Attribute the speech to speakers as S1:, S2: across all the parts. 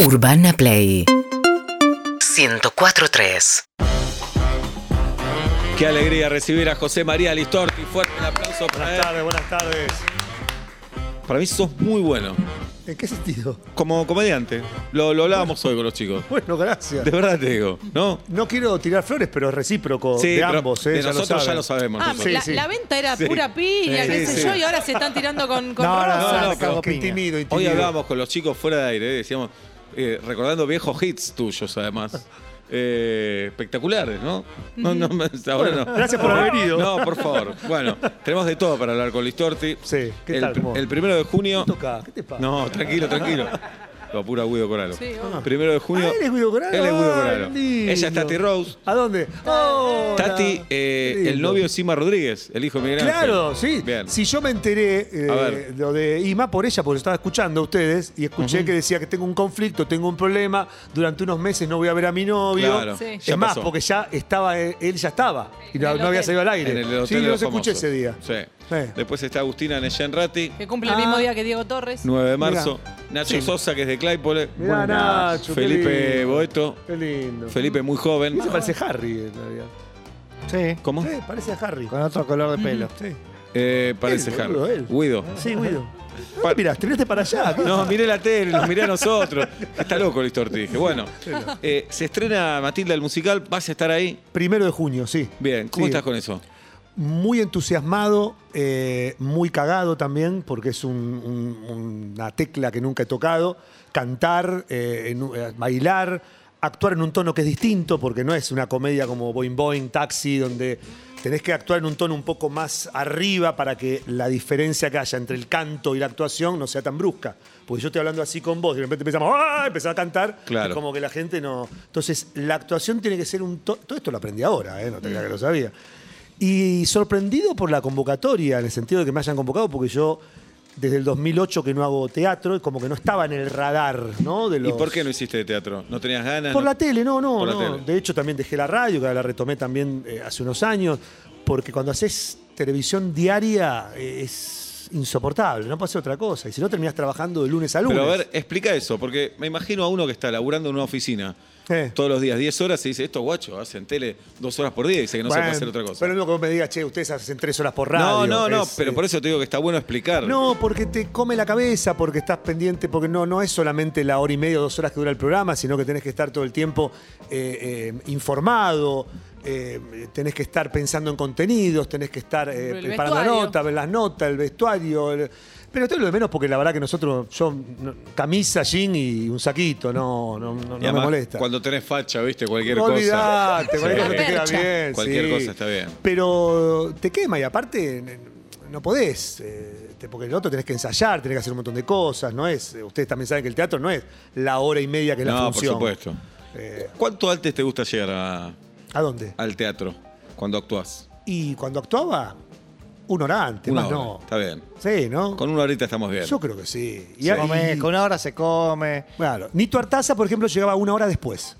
S1: Urbana Play 104.3
S2: Qué alegría recibir a José María Listorti. Fuerte el aplauso para
S3: Buenas
S2: él.
S3: tardes, buenas tardes.
S2: Para mí sos muy bueno.
S3: ¿En qué sentido?
S2: Como comediante. Lo, lo hablábamos hoy con los chicos.
S3: Bueno, gracias.
S2: De verdad te digo, ¿no?
S3: No quiero tirar flores, pero es recíproco de
S2: pero
S3: ambos. ¿eh?
S2: de
S3: Ya
S2: nosotros
S3: saben.
S2: ya lo sabemos.
S4: Ah,
S2: nosotros.
S4: la,
S3: sí.
S4: la venta era
S2: Sí.
S4: pura piña,
S2: Sí,
S4: qué
S2: sí,
S4: sé
S2: sí.
S4: yo, y ahora se están tirando con, con
S3: No, no,
S4: rosas.
S2: No, no,
S3: no,
S2: pero-
S3: que intimido, intimido.
S2: Hoy hablábamos con los chicos fuera de aire, eh, decíamos, eh, recordando viejos hits tuyos además. Eh, espectaculares, ¿no? No, no, ahora no.
S3: gracias por haber venido.
S2: No, por favor. Bueno, tenemos de todo para hablar con Listorti.
S3: Sí, ¿qué
S2: el,
S3: tal,
S2: pr-
S3: cómo?
S2: el primero de junio.
S3: ¿Qué toca? ¿Qué te pasa?
S2: No, tranquilo, tranquilo. Lo apura Guido Coralo.
S4: Sí, obvio.
S2: Primero de junio.
S3: Ah, él es Guido Coralo.
S2: Él es Guido
S3: Ay,
S2: Coralo.
S3: lindo.
S2: Ella es Tati Rose.
S3: ¿A dónde? Hola.
S2: Tati, eh,
S3: Lindo.
S2: el novio es Ima Rodríguez, el hijo de Miguel Ángel.
S3: Claro, sí.
S2: Bien.
S3: Si yo me enteré eh,
S2: A ver.
S3: lo de Ima por ella, porque lo estaba escuchando a ustedes, y escuché que decía que tengo un conflicto, tengo un problema, durante unos meses no voy a ver a mi novio.
S2: Claro,
S4: Sí.
S3: Es
S2: ya
S3: más,
S2: pasó.
S3: porque ya estaba, eh, él ya estaba, y no,
S4: el
S3: no había
S4: hotel.
S3: salido al aire.
S2: En el hotel
S3: sí,
S2: de
S3: los
S2: los
S3: escuché
S2: famosos.
S3: ese día.
S2: Sí.
S3: Eh.
S2: Después está Agustina Neyenrati,
S4: Que cumple el
S3: Ah.
S4: mismo día que Diego Torres.
S2: 9 de marzo. Nacho
S3: Sí.
S2: Sosa, que es de Claypole.
S3: Mirá,
S2: Bueno.
S3: Nacho, qué
S2: Felipe
S3: lindo.
S2: Boeto.
S3: Qué lindo.
S2: Felipe muy joven.
S3: Se parece a Harry en realidad.
S5: Sí,
S2: ¿Cómo?
S3: Sí, parece a Harry. Mm,
S5: con otro color de pelo.
S3: Sí,
S2: Eh, parece
S3: Él,
S2: Harry.
S3: boludo, él.
S2: Guido.
S3: sí Guido.
S2: Pa-
S3: Mirá, estrenaste para allá.
S2: No, miré la tele, nos miré a nosotros. Está loco el Listorti, dije. Bueno, eh, se estrena Matilda el musical, vas a estar ahí.
S3: Primero de junio, sí.
S2: Bien, ¿cómo
S3: Sí.
S2: estás con eso?
S3: Muy entusiasmado, eh, muy cagado también, porque es un- un- una tecla que nunca he tocado. Cantar, eh, en un- eh, bailar, actuar en un tono que es distinto, porque no es una comedia como Boing Boing, Taxi, donde tenés que actuar en un tono un poco más arriba para que la diferencia que haya entre el canto y la actuación no sea tan brusca. Porque yo estoy hablando así con vos y de repente empezamos, ¡ah! Empezás a cantar,
S2: Claro.
S3: es como que la gente no. Entonces, la actuación tiene que ser un. to- Todo esto lo aprendí ahora, ¿eh? no te creas
S2: Mm.
S3: que lo sabía. Y sorprendido por la convocatoria, en el sentido de que me hayan convocado, porque yo desde el 2008 que no hago teatro, y como que no estaba en el radar, ¿no? De
S2: ¿Y
S3: los-
S2: por qué no hiciste de teatro? ¿No tenías ganas?
S3: Por
S2: ¿No?
S3: la tele, no, no,
S2: Por la
S3: no.
S2: tele.
S3: De hecho, también dejé la radio, que la retomé también eh, hace unos años, porque cuando haces televisión diaria eh, es insoportable, no puedes hacer otra cosa. Y si no, terminás trabajando de lunes a lunes.
S2: Pero a ver, explica eso, porque me imagino a uno que está laburando en una oficina
S3: Eh.
S2: todos los días 10 horas y dice, estos guachos hacen tele dos horas por día y dice que no se
S3: Bueno,
S2: puede hacer otra cosa.
S3: Pero no como me digas, che, ustedes hacen tres horas por
S2: no,
S3: radio.
S2: no, no,
S3: es,
S2: pero
S3: eh,
S2: por eso te digo que está bueno explicar.
S3: No, porque te come la cabeza, porque estás pendiente, porque no, no es solamente la hora y media o dos horas que dura el programa, sino que tenés que estar todo el tiempo eh, eh, informado, eh, tenés que estar pensando en contenidos, tenés que estar eh,
S4: El
S3: preparando la
S4: vestuario.
S3: nota, ver las notas, el vestuario. el- Pero todo lo de menos porque la verdad que nosotros, yo, no- camisa, jean y un saquito, no, no, no- no
S2: Y
S3: me
S2: además,
S3: molesta.
S2: Cuando tenés facha, viste, cualquier cosa.
S3: Olvidate, cualquier
S2: Sí.
S3: cosa te queda
S4: Percha.
S3: bien.
S2: Cualquier
S3: sí.
S2: cosa está bien.
S3: Pero te quema y aparte n- no podés, eh, te- porque el otro tenés que ensayar, tenés que hacer un montón de cosas, no es. eh, Ustedes también saben que el teatro no es la hora y media que es la
S2: No, por
S3: función.
S2: supuesto.
S3: Eh,
S2: ¿Cuánto antes te gusta llegar a-
S3: ¿A dónde?
S2: al teatro cuando actúas?
S3: Y cuando actuaba, una hora antes,
S2: Una
S3: más
S2: hora,
S3: no.
S2: Está bien.
S3: Sí, ¿no?
S2: Con una horita estamos bien.
S3: Yo creo que sí. Y-
S5: Se
S3: y-
S5: come, con una hora se come.
S3: Claro. Nito Artaza, por ejemplo, llegaba una hora después.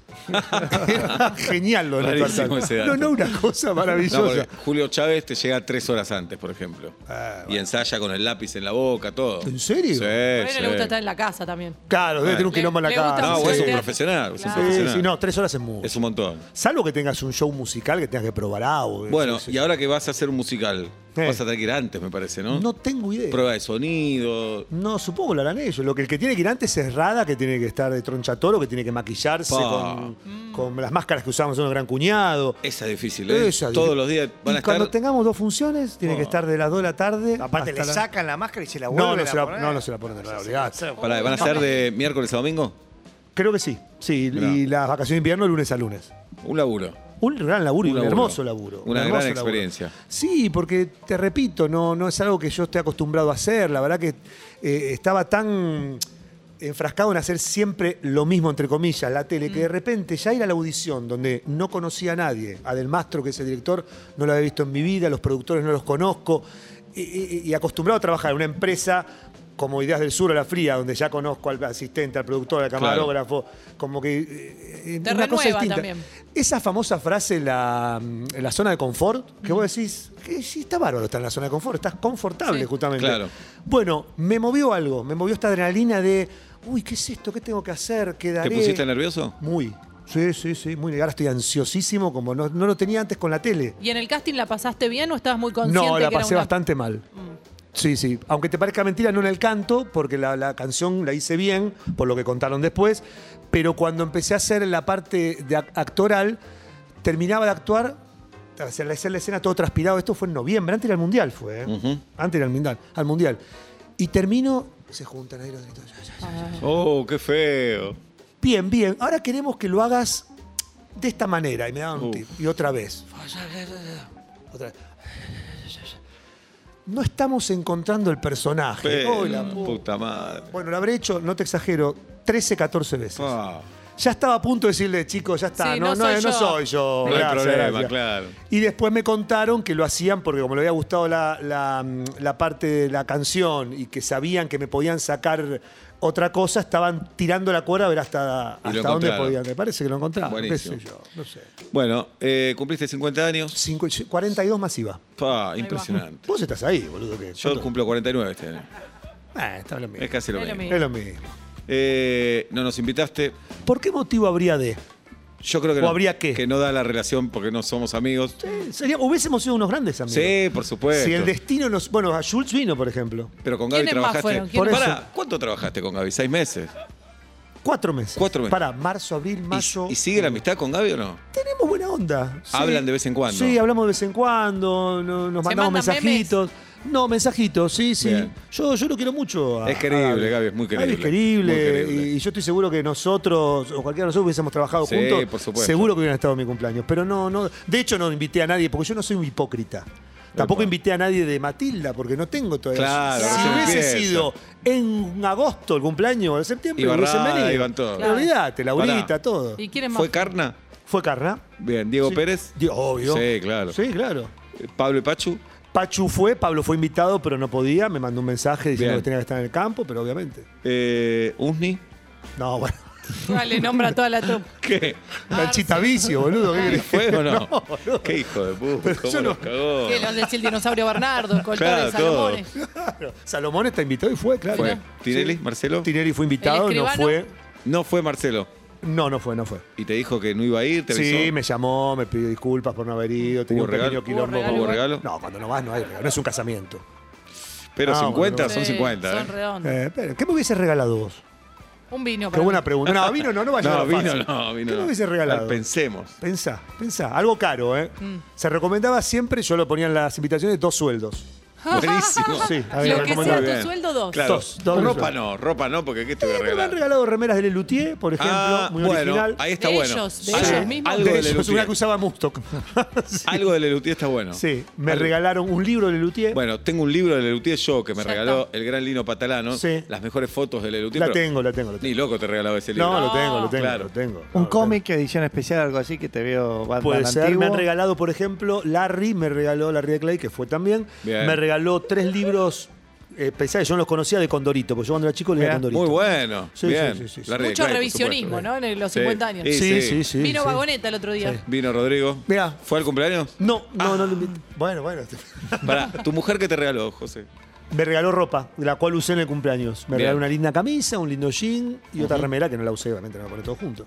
S3: Era Genial lo de Nito
S2: Rarísimo
S3: Artaza.
S2: ese dato.
S3: No, no, una cosa
S2: No, porque
S3: maravillosa.
S2: Julio Chávez te llega tres horas antes, por ejemplo.
S3: Ah,
S2: Y ensaya con el lápiz en la boca, todo.
S3: ¿En serio?
S2: Sí,
S4: a él
S2: sí.
S4: le gusta estar en la casa también.
S3: Claro, debe
S2: Bueno.
S3: tener un
S4: Le-
S3: quilombo en la
S4: le
S3: cara.
S4: gusta
S2: No,
S4: mucho
S2: es un
S4: el teatro.
S2: profesional. Es un
S4: Claro.
S3: Sí,
S2: profesional.
S3: sí, no, tres horas es mucho.
S2: Es un montón.
S3: Salvo que tengas un show musical que tengas que probar algo.
S2: Bueno,
S3: sí, sí.
S2: y ahora que vas a hacer un musical,
S3: Eh.
S2: vas a tener que ir antes, me parece, ¿no?
S3: No tengo idea.
S2: Prueba de sonido.
S3: No, supongo que lo harán ellos. Lo que el que tiene que ir antes es Rada, que tiene que estar de tronchatoro, que tiene que maquillarse
S2: Pa.
S3: con, con las máscaras que usábamos en el Gran Cuñado.
S2: Esa es difícil, ¿eh?
S3: Esa,
S2: Todos
S3: dice.
S2: los días van
S3: Y
S2: a estar.
S3: cuando tengamos dos funciones, tiene que
S2: Pa.
S3: estar de las 2 de la tarde.
S5: Aparte le
S3: hasta la-
S5: sacan la máscara y se la vuelven
S3: No, no
S5: a
S3: se, la,
S5: poner.
S3: no, no se la ponen de nuevo, olvidate.
S2: Pará, ¿Van a
S4: No,
S2: ser
S4: no.
S2: de miércoles a domingo?
S3: Creo que sí. Sí,
S2: Mirá.
S3: y las vacaciones de invierno lunes a lunes.
S2: Un laburo.
S3: Un gran laburo, y
S2: Un
S3: un,
S2: laburo.
S3: hermoso laburo. un
S2: Una
S3: hermoso
S2: gran
S3: laburo.
S2: experiencia.
S3: Sí, porque te repito, no, no es algo que yo esté acostumbrado a hacer. La verdad que eh, estaba tan enfrascado en hacer siempre lo mismo, entre comillas, la tele,
S4: Mm.
S3: que de repente ya ir a la audición donde no conocía a nadie, a Del Mastro, que es el director, no lo había visto en mi vida, los productores no los conozco, y, y- y acostumbrado a trabajar en una empresa como Ideas del Sur o La Fría, donde ya conozco al asistente, al productor, al
S2: Claro.
S3: camarógrafo, como que... eh, eh,
S4: Te
S3: una cosa
S4: renueva
S3: distinta.
S4: también.
S3: Esa famosa frase, la, mm, la zona de confort, que vos decís, que sí, está bárbaro estar en la zona de confort, estás confortable
S4: Sí.
S3: justamente.
S2: Claro.
S3: Bueno, me movió algo, me movió esta adrenalina de, uy, ¿qué es esto? ¿Qué tengo que hacer? ¿Quedaré?
S2: ¿Te pusiste nervioso?
S3: Muy. Sí, sí, sí, muy. Ahora estoy ansiosísimo, como no, no lo tenía antes con la tele.
S4: ¿Y en el casting la pasaste bien o estabas muy consciente
S3: No, la
S4: que era
S3: pasé
S4: una- Mm.
S3: bastante mal. Sí, sí. Aunque te parezca mentira, no en el canto, porque la, la canción la hice bien, por lo que contaron después. Pero cuando empecé a hacer la parte de ac- actoral, terminaba de actuar, hacer la, hacer la escena todo transpirado. Esto fue en noviembre, antes era el mundial, fue. ¿eh?
S2: Ujú.
S3: Antes era el mundial, al mundial. Y termino, se juntan ahí los gritos.
S2: Oh, qué feo.
S3: Bien, bien. Ahora queremos que lo hagas de esta manera. Y me daban un
S2: Uf.
S3: tip. Y otra vez. Otra vez. No estamos encontrando el personaje.
S2: Feo,
S3: Oh, la pu-
S2: puta madre.
S3: Bueno, lo habré hecho, no te exagero, 13, 14 veces.
S2: Ah,
S3: Ya estaba a punto de decirle, chicos, ya está.
S4: Sí,
S3: no,
S4: no
S3: no,
S4: soy
S3: no
S4: yo.
S3: soy yo.
S2: no hay
S3: Gracias,
S2: problema,
S3: gracias.
S2: claro.
S3: Y después me contaron que lo hacían porque como le había gustado la, la, mm, la parte de la canción y que sabían que me podían sacar otra cosa, estaban tirando la cuerda a ver hasta,
S2: Y lo
S3: hasta dónde
S2: encontraron.
S3: podían. Me parece que lo encontraron.
S2: Buenísimo.
S3: qué sé yo, no sé.
S2: Bueno, eh, cumpliste 50 años.
S3: Cinco- 42 masiva.
S2: Pa, impresionante.
S3: Vos estás ahí, boludo. Que
S2: Yo cumplo 49 este año.
S3: Ah, está lo mismo.
S2: Es casi lo
S4: Es lo
S2: mismo.
S4: mismo.
S3: Es lo mismo.
S2: Eh, no nos invitaste.
S3: ¿Por qué motivo habría de?
S2: Yo creo que
S3: ¿O
S2: no,
S3: habría qué?
S2: que no da la relación porque no somos amigos.
S3: Eh, sería- hubiésemos sido unos grandes amigos.
S2: Sí, por supuesto.
S3: Si el destino nos. Bueno, a Schultz vino, por ejemplo.
S2: Pero con Gaby
S4: ¿Quiénes más
S2: trabajaste.
S4: fueron?
S3: ¿Quiénes-
S2: Pará,
S3: Por eso.
S2: ¿cuánto trabajaste con Gaby? ¿Seis meses?
S3: Cuatro meses.
S2: Cuatro meses.
S3: Para marzo, abril,
S2: ¿Y-
S3: mayo. Mm.
S2: ¿Y, sigue la amistad con Gaby o no?
S3: Tenemos buena onda. sí.
S2: Hablan de vez en cuando.
S3: Sí, hablamos de vez en cuando, no- nos
S4: ¿Se
S3: mandamos
S4: mandan
S3: mensajitos. No, mensajitos, sí, sí.
S2: Bien.
S3: Yo, yo lo quiero mucho. a-
S2: Es querible,
S3: a
S2: Gaby, es muy
S3: es
S2: querible.
S3: querible,
S2: Muy querible.
S3: Y, y yo estoy seguro que nosotros, o cualquiera de nosotros, hubiésemos trabajado
S2: Sí,
S3: juntos.
S2: por supuesto.
S3: Seguro que hubieran estado en mi cumpleaños. Pero no, no. De hecho, no invité a nadie, porque yo no soy un hipócrita. Tampoco
S2: Epa.
S3: invité a nadie de Matilda, porque no tengo todavía.
S2: Claro,
S3: si
S4: recién
S3: hubiese
S2: empieza.
S3: sido en agosto el cumpleaños, en septiembre,
S2: Iba
S3: hubiesen
S2: Rada,
S3: venido.
S2: iban todos.
S3: Pero olvídate, Laurita,
S2: Pará.
S3: todo.
S4: ¿Y quiénes más?
S2: ¿Fue Carna?
S3: Fue Carna.
S2: Bien, Diego
S3: Sí.
S2: Pérez.
S3: Di- Obvio.
S2: Sí, claro.
S3: Sí, claro.
S2: Eh, Pablo y Pachu.
S3: Pachu fue, Pablo fue invitado, pero no podía. Me mandó un mensaje diciendo
S2: Bien.
S3: que tenía que estar en el campo, pero obviamente.
S2: Eh, Usni.
S3: No, bueno.
S4: Dale, nombra a toda la tropa.
S2: ¿Qué?
S3: Canchita vicio, boludo. ¿qué querés?
S2: ¿Fue o no? Qué hijo de puta.
S3: Pero
S2: ¿Cómo
S3: yo
S2: nos
S3: no-
S2: cagó?
S4: Que los decía el dinosaurio Bernardo, el coltor
S2: Claro,
S4: de Salomones.
S3: Claro. Salomón está invitado y fue, claro.
S2: ¿Fue? ¿Tinelli?
S3: Sí.
S2: ¿Marcelo?
S3: Tinelli fue invitado,
S4: ¿El
S3: no
S4: escribano?
S3: fue.
S2: No fue Marcelo.
S3: No, no fue, no fue.
S2: ¿Y te dijo que no iba a ir? ¿Te
S3: Sí,
S2: avisó?
S3: me llamó, me pidió disculpas por no haber ido, tenía
S2: ¿Hubo
S3: un
S2: regalo?
S3: pequeño quilombo.
S4: ¿Hubo
S3: con-
S4: ¿Hubo
S2: regalo?
S3: No, cuando no vas no hay regalo, no es un casamiento.
S2: Pero
S3: Ah,
S2: 50
S3: bueno.
S2: son
S4: Sí,
S2: 50.
S4: Son
S2: ¿eh?
S4: redondos.
S3: Eh, pero, ¿Qué me hubiese regalado vos?
S4: Un vino.
S3: Qué
S4: para
S3: buena
S4: mí.
S3: pregunta. No, vino no, no vaya a
S2: No,
S3: lo
S2: vino
S3: fácil.
S2: no, vino
S3: ¿Qué me
S2: no.
S3: hubiese regalado?
S2: Pensemos.
S3: Pensá, pensá. Algo caro, ¿eh?
S4: Mm.
S3: Se recomendaba siempre, yo lo ponía en las invitaciones, dos sueldos. Eh,
S2: Buenísimo.
S3: Ah, Sí, a ver,
S4: Lo que sea
S3: recomendable.
S4: tu sueldo, dos.
S2: Claro.
S3: Dos, dos
S2: ropa
S3: sueldo.
S2: no, ropa no, porque ¿qué te voy a
S3: Eh, me han
S2: regalar?
S3: regalado remeras de Lelutier, por ejemplo,
S2: Ah,
S3: muy
S2: bueno,
S3: original.
S2: ahí está
S4: De
S2: bueno.
S4: ellos, de
S2: Algo-
S4: ellos mismos.
S2: Algo de,
S3: ellos, una
S2: Lelutier.
S3: que usaba Mustoc. sí.
S2: Algo de Lelutier está bueno.
S3: Sí, me
S2: Algo-
S3: regalaron un libro de Lelutier.
S2: Bueno, tengo un libro de Lelutier yo que me
S4: Ya
S2: regaló
S4: está.
S2: el gran Lino Patalano.
S3: Sí.
S2: Las mejores fotos de Lelutier.
S3: la
S2: pero
S3: tengo, la tengo, la tengo.
S2: Ni loco te regalaba ese libro. Ah,
S3: No, lo tengo, lo tengo,
S2: Claro.
S3: lo tengo. No,
S5: Un
S3: lo
S5: cómic, edición especial, algo así que te veo Batman
S3: tengo. Puede ser.
S5: antiguo.
S3: Me han regalado, por ejemplo, Larry, me regaló Larry de Clay, que fue también.
S2: Bien.
S3: Me regaló tres libros eh, especiales, yo no los conocía de Condorito, porque yo cuando era chico leía
S5: Mirá,
S3: Condorito.
S2: Muy bueno.
S3: Sí,
S2: Bien.
S3: sí, sí, sí, sí.
S2: Larry de
S4: Mucho
S2: Clay, por
S4: revisionismo,
S2: supuesto.
S4: ¿no? En los
S2: Sí.
S4: 50 años.
S2: Sí,
S3: Sí, sí, sí.
S4: vino
S3: sí.
S4: Vagoneta el otro día.
S2: Vino Rodrigo.
S3: Mirá.
S2: ¿Fue al cumpleaños?
S3: No, no,
S2: Ah.
S3: no lo invité. Bueno, bueno.
S2: Para, tu mujer que te regaló, José.
S3: Me regaló ropa, la cual usé en el cumpleaños. Me
S2: Bien.
S3: regaló una linda camisa, un lindo jean y otra remera que no la usé, obviamente, no la poné todo junto.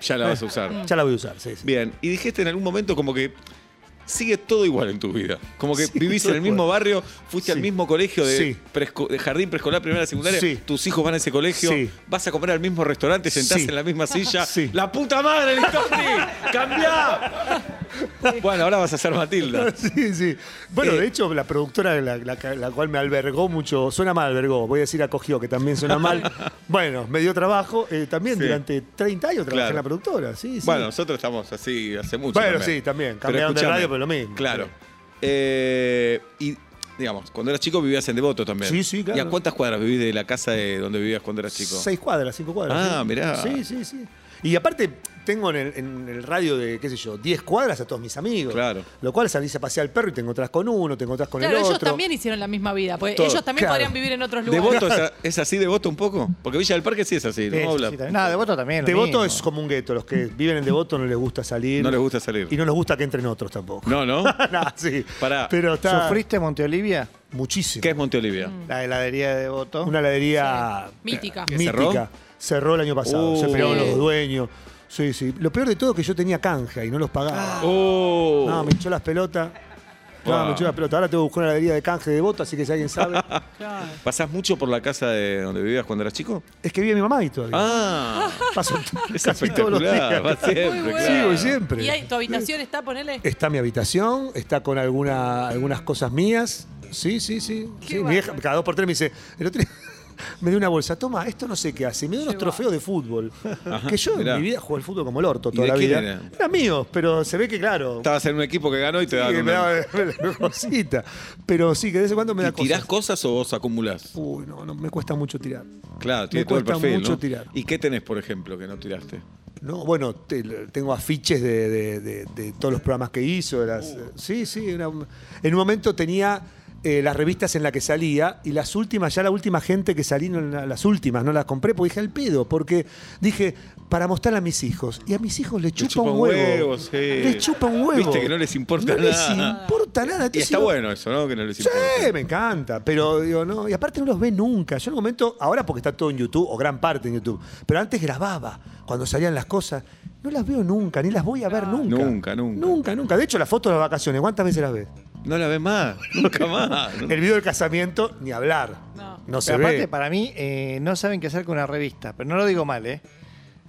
S2: Ya la vas a
S4: Mm.
S2: usar.
S3: Ya la voy a usar, sí, sí.
S2: Mm. Bien, y dijiste en algún momento como que sigue todo igual en tu vida. Como que
S3: Sí,
S2: vivís en el
S3: todo
S2: mismo barrio, fuiste al
S3: Sí.
S2: mismo colegio de,
S3: Sí.
S2: presco- de jardín preescolar, primera, secundaria,
S3: Sí.
S2: tus hijos van a ese colegio,
S3: Sí.
S2: vas a comer al mismo restaurante, sentás
S3: Sí.
S2: en la misma silla.
S3: Sí.
S2: ¡La puta madre, Listotti! ¡Cambiá! Bueno, ahora vas a ser Matilda.
S3: Sí, sí. Bueno,
S2: Eh.
S3: de hecho, la productora, la, la- la cual me albergó mucho, suena mal albergó, voy a decir acogió, que también suena mal. bueno, me dio trabajo, eh, también
S2: Sí.
S3: durante 30 años trabajé
S2: Claro.
S3: en la productora, sí, sí.
S2: Bueno, nosotros estamos así hace mucho.
S3: Bueno, sí, también. Cambiaron de
S2: escúchame,
S3: radio, pero lo mismo.
S2: Claro.
S3: Sí.
S2: Eh, y, digamos, cuando eras chico vivías en Devoto también.
S3: Sí, sí, claro.
S2: ¿Y a cuántas cuadras vivís de la casa de donde vivías cuando eras chico?
S3: Seis cuadras, cinco cuadras.
S2: Ah,
S3: sí.
S2: mirá.
S3: Sí, sí, sí. Y aparte, tengo en el, en el radio de, qué sé yo, 10 cuadras a todos mis amigos.
S2: Claro.
S3: Lo cual salís a pasear al perro y te encontrás con uno, te encontrás con
S4: Claro,
S3: el
S4: ellos
S3: otro.
S4: también hicieron la misma vida. Porque
S3: Todo,
S4: ellos también
S3: claro.
S4: podrían vivir en otros lugares.
S2: ¿Devoto es, es así Devoto un poco? Porque Villa del Parque sí es así, ¿no?
S5: Sí, sí,
S2: Habla-
S5: sí, también. No, Devoto también. lo
S3: Devoto
S5: mismo.
S3: es como un gueto. Los que viven en Devoto no les gusta salir.
S2: No les gusta salir.
S3: Y no les gusta que entren otros tampoco.
S2: No, ¿no?
S3: Nah, sí.
S2: Pará.
S3: Pero está.
S5: ¿Sufriste Monteolivia?
S3: muchísimo.
S2: ¿Qué es Monteolivia?
S3: Mm.
S5: La heladería de Voto.
S3: Una heladería
S4: Sí, mítica.
S2: ¿Que
S3: mítica.
S2: cerró?
S3: Cerró? el año pasado.
S2: Uh.
S3: Se pelearon
S4: Sí.
S3: los dueños. Sí, sí. Lo peor de todo es que yo tenía canja y no los pagaba.
S2: Oh.
S3: No, me hinchó las pelotas. No,
S2: Wow.
S3: me hinchó las pelotas. Ahora tengo que buscar una heladería de canje de voto, así que si alguien sabe.
S4: Claro.
S2: ¿Pasás mucho por la casa de donde vivías cuando eras chico?
S3: es que vive mi mamá ahí todavía.
S2: Ah,
S3: Paso
S2: es
S3: casi todos los días.
S2: espectacular. Va siempre,
S4: Muy bueno.
S2: claro.
S3: Sigo siempre.
S4: ¿Y ahí, tu habitación está, ponele?
S3: Está mi habitación, está con alguna, algunas cosas mías. Sí, sí, sí. Sí, mi vieja, cada dos por tres me dice, el otro día me dio una bolsa, toma, esto no sé qué hace, me dio unos trofeos de fútbol. que yo
S2: mirá.
S3: en mi vida jugué al fútbol como el orto
S2: ¿Y
S3: toda
S2: de
S3: la
S2: quién
S3: vida.
S2: era?
S3: mío, pero se ve que claro.
S2: Estabas en un equipo que ganó y te
S3: sí,
S2: daban
S3: que me
S2: una-
S3: daba la cosita. Pero sí, que de vez en cuando me da
S2: ¿Y tirás
S3: cosas.
S2: cosas o vos acumulás?
S3: Uy, no, no, me cuesta mucho tirar.
S2: Claro, tiene
S3: me
S2: todo el
S3: cuesta
S2: perfil,
S3: mucho
S2: ¿no?
S3: tirar.
S2: ¿Y qué tenés, por ejemplo, que no tiraste?
S3: No, bueno, te- tengo afiches de, de- de- de todos los programas que hizo. de las-
S2: Uh.
S3: Sí, sí. era un- en un momento tenía eh, las revistas en las que salía y las últimas, ya la última gente que salí, no, la- las últimas, no las compré porque dije al pedo, porque dije, para mostrar a mis hijos. Y a mis hijos les chupa,
S2: chupa
S3: un
S2: un
S3: huevo.
S2: huevo, sí.
S3: Les chupa un huevo.
S2: Viste que no les importa
S3: No
S2: nada.
S3: les importa nada.
S2: Y
S3: Entonces
S2: está
S3: digo,
S2: bueno eso, ¿no? Que no les
S3: Sí,
S2: importa.
S3: me encanta, pero digo, no, y aparte no los ve nunca. Yo en un momento, ahora porque está todo en YouTube, o gran parte en YouTube, pero antes grababa cuando salían las cosas. No las veo nunca, ni las voy a ver nunca.
S2: Nunca, nunca.
S3: Nunca, nunca. De hecho, las fotos de las vacaciones, ¿cuántas veces las ves?
S2: No la ves más, nunca más. ¿no?
S3: El video del casamiento, ni hablar.
S4: No.
S3: No, se
S5: Pero aparte,
S3: ve.
S5: para mí, eh, no saben qué hacer con una revista. Pero no lo digo mal, ¿eh?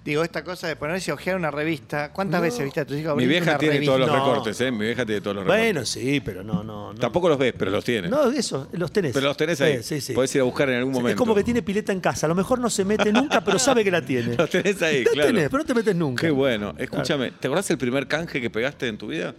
S5: Digo, esta cosa de ponerse a ojear una revista. ¿Cuántas veces viste a tus hijos
S2: Mi
S5: abrir
S2: vieja
S5: una
S2: tiene
S5: revista?
S2: todos los
S3: No.
S2: recortes, ¿eh? Mi vieja tiene todos los recortes.
S3: Bueno, sí, pero no, no. no.
S2: Tampoco los ves, pero los tiene.
S3: No, eso, los tenés.
S2: Pero los tenés ahí.
S3: Eh, Sí, sí.
S2: Podés ir a buscar en algún
S3: Sí,
S2: momento.
S3: Es como que tiene pileta en casa. A lo mejor no se mete nunca, pero sabe que la tiene.
S2: Los tenés ahí,
S3: La
S2: claro.
S3: tenés, pero no te metes nunca.
S2: Qué bueno. Escúchame, ¿te acordás el primer canje que pegaste en tu vida?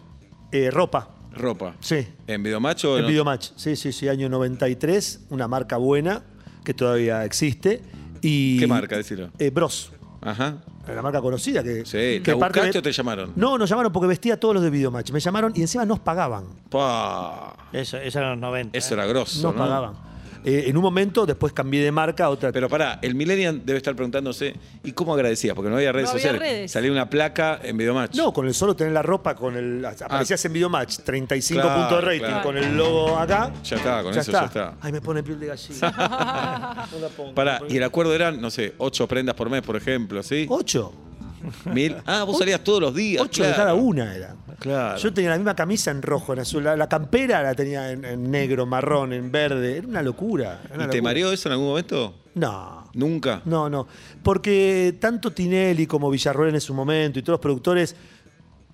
S3: Eh, ropa.
S2: Ropa.
S3: Sí.
S2: ¿En Videomacho? o
S3: El
S2: no?
S3: Videomatch, sí, sí, sí, año 93, una marca buena que todavía existe. Y,
S2: ¿Qué marca? Decilo.
S3: Eh, Bros,
S2: Ajá.
S3: la marca conocida que...
S2: Sí.
S3: que
S2: ¿Te
S3: aparte
S2: buscaste
S3: de-
S2: o te llamaron?
S3: No, nos llamaron porque vestía a todos los de Videomatch. Me llamaron y encima nos pagaban.
S2: Pa.
S5: Eso, eso eran los 90.
S2: Eso
S5: ¿eh?
S2: era grosso.
S3: Nos
S2: ¿no?
S3: pagaban. Eh, en un momento, después cambié de marca a otra.
S2: Pero pará, el Millennial debe estar preguntándose, ¿y cómo agradecías? Porque no había redes
S4: No había
S2: sociales.
S4: redes.
S2: Salía una placa en Videomatch.
S3: no, con el solo tener la ropa, con el. Aparecías en Videomatch, 35
S2: Ah. Claro,
S3: puntos de rating,
S2: claro.
S3: con el logo acá.
S2: Ya está, con eso ya está.
S3: Ay, me pone piel de gallina. no la pongo.
S2: Pará, y el acuerdo eran, no sé, ocho prendas por mes, por ejemplo, ¿sí?
S3: Ocho.
S2: Mil. Ah, vos salías todos los días.
S3: Oh. Ocho de
S2: claro.
S3: cada una era.
S2: Claro.
S3: Yo tenía la misma camisa en rojo, en azul. La, la campera la tenía en, en negro, marrón, en verde. Era una locura. era una
S2: ¿Y te
S3: locura.
S2: mareó eso en algún momento?
S3: No.
S2: Nunca.
S3: No, no. Porque tanto Tinelli como Villarroel en su momento y todos los productores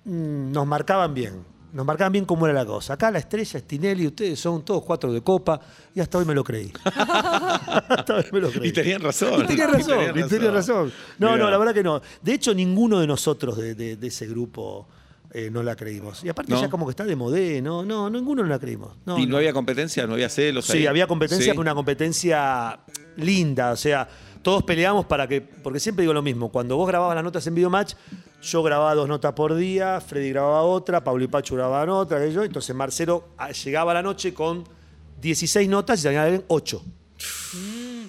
S3: mm, nos marcaban bien. Nos marcaban bien cómo era la cosa. Acá la estrella es Tinelli, ustedes son todos cuatro de copa y hasta hoy me lo creí. hasta hoy me lo creí.
S2: Y tenían razón.
S3: Y tenía razón, y tenía razón. No,
S2: Mirá.
S3: no, la verdad que no. De hecho, ninguno de nosotros de, de- de ese grupo eh, no la creímos. Y aparte
S2: ¿No?
S3: ya como que está de modé, no, no, ninguno no la creímos. No,
S2: y no,
S3: no.
S2: había competencia, no había celos.
S3: Sí,
S2: ahí.
S3: había competencia,
S2: Sí.
S3: pero una competencia linda. O sea, todos peleamos para que. Porque siempre digo lo mismo. Cuando vos grababas las notas en Videomatch, yo grababa dos notas por día, Freddy grababa otra, Pablo y Pacho grababan otra, que yo. Entonces Marcelo ah, llegaba a la noche con 16 notas y salían 8.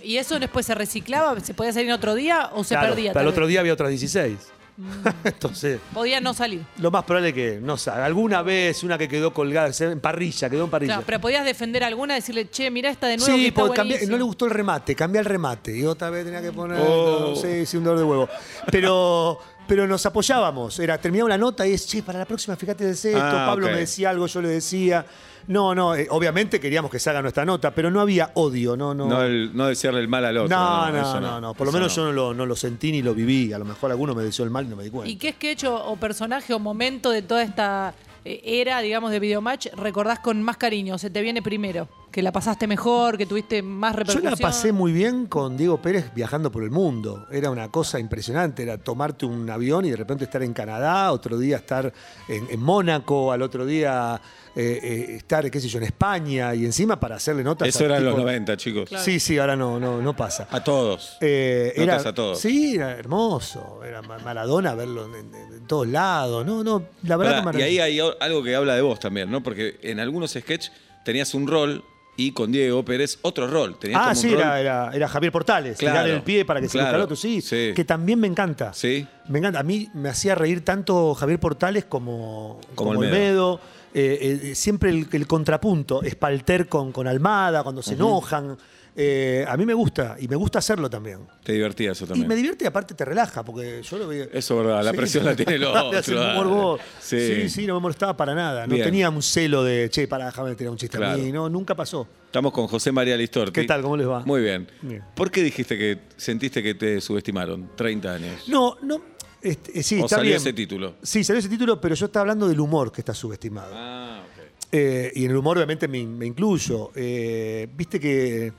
S4: ¿Y eso después se reciclaba? ¿Se podía salir otro día o se
S3: Claro,
S4: perdía?
S3: Para el
S4: tal
S3: otro
S4: vez? Mm.
S3: día había otras 16. Entonces,
S4: Podía no salir.
S3: lo más probable es que, no sé, alguna vez una que quedó colgada, se- en parrilla, quedó en parrilla.
S4: Claro, pero podías defender alguna, decirle, che, mirá esta de nuevo. que
S3: Sí,
S4: está
S3: porque cambié-
S4: buenísima.
S3: no le gustó el remate, cambia el remate. Y otra vez tenía que poner.
S2: Oh.
S3: no, sí, sí, un dolor de huevo. Pero, pero nos apoyábamos. Era, terminaba la nota y es, che, para la próxima, fíjate de esto.
S2: Ah,
S3: Pablo
S2: ok.
S3: me decía algo, yo le decía. No, no, eh, obviamente queríamos que salga nuestra nota, pero no había odio, no, no.
S2: No, el- no desearle el mal al otro.
S3: no, no,
S2: eso
S3: no, no. Por lo
S2: Eso
S3: menos
S2: no.
S3: yo no lo, no lo sentí ni lo viví. A lo mejor alguno me deseó el mal y no me di cuenta.
S4: ¿Y qué es que hecho o personaje o momento de toda esta eh, era, digamos, de videomatch recordás con más cariño? ¿Se te viene primero? ¿Que la pasaste mejor? ¿Que tuviste más
S3: Yo
S4: repercusión?
S3: la pasé muy bien con Diego Pérez viajando por el mundo. Era una cosa impresionante. Era tomarte un avión y de repente estar en Canadá, otro día estar en, en Mónaco, al otro día eh, eh, estar, qué sé yo, en España y encima para hacerle notas.
S2: Eso
S3: a
S2: eran los
S3: tipo-
S2: 90, chicos.
S3: Sí, sí, ahora no, no, no pasa.
S2: A todos.
S3: Eh,
S2: Notas a todos.
S3: Sí, era hermoso. Era Ma- Maradona verlo en, en- en todos lados. No, no, la verdad
S2: Pará,
S3: que
S2: y
S3: maravilloso.
S2: ahí hay o- algo que habla de vos también, ¿no? Porque en algunos sketch tenías un rol y con Diego Pérez otro rol. Tenías como
S3: Ah,
S2: un
S3: sí,
S2: rol-
S3: era, era- era Javier Portales,
S2: Claro,
S3: tirarle el pie para que se
S2: claro,
S3: buscara otro, sí,
S2: sí.
S3: que también me encanta.
S2: Sí.
S3: Me encanta. A mí me hacía reír tanto Javier Portales como,
S2: Como
S3: como,
S2: Olmedo.
S3: Olmedo, eh, eh, siempre el, el contrapunto, Espalter con, con Almada, cuando se enojan. Eh, a mí me gusta y me gusta hacerlo también.
S2: Te divertía eso
S3: Y
S2: también.
S3: me divierte y aparte te relaja, porque yo lo veo.
S2: Eso es verdad, la presión la tiene el otro,
S3: hace un
S2: dale.
S3: morbo.
S2: Sí.
S3: Sí. sí, no me molestaba para nada. No
S2: Bien.
S3: tenía un celo de, che, pará, déjame tirar un chiste a
S2: Claro.
S3: mí. No, nunca pasó.
S2: Estamos con José María Listorti.
S3: ¿Qué tal? ¿Cómo les va?
S2: Muy bien.
S3: Bien.
S2: ¿Por qué dijiste que sentiste que te subestimaron? 30 años.
S3: No, no. este, eh, sí,
S2: ¿O
S3: está
S2: salió
S3: bien.
S2: ese título?
S3: Sí, salió ese título, pero yo estaba hablando del humor que está subestimado.
S2: Ah, ok.
S3: Eh, y en el humor, obviamente, me, me incluyo. Eh, Viste que.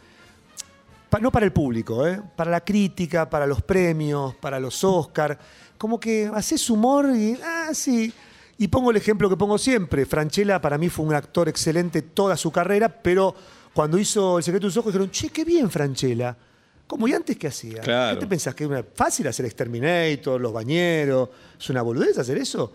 S3: pa- no para el público, ¿eh? para la crítica, para los premios, para los Oscar. Como que haces humor y. Ah, sí. Y pongo el ejemplo que pongo siempre. Franchella para mí fue un actor excelente toda su carrera, pero cuando hizo El secreto de sus ojos dijeron, che, qué bien Franchella. Como y antes que hacía.
S2: Claro.
S3: ¿Qué te pensás que es una- fácil hacer Exterminator, Los Bañeros? ¿Es una boludez hacer eso?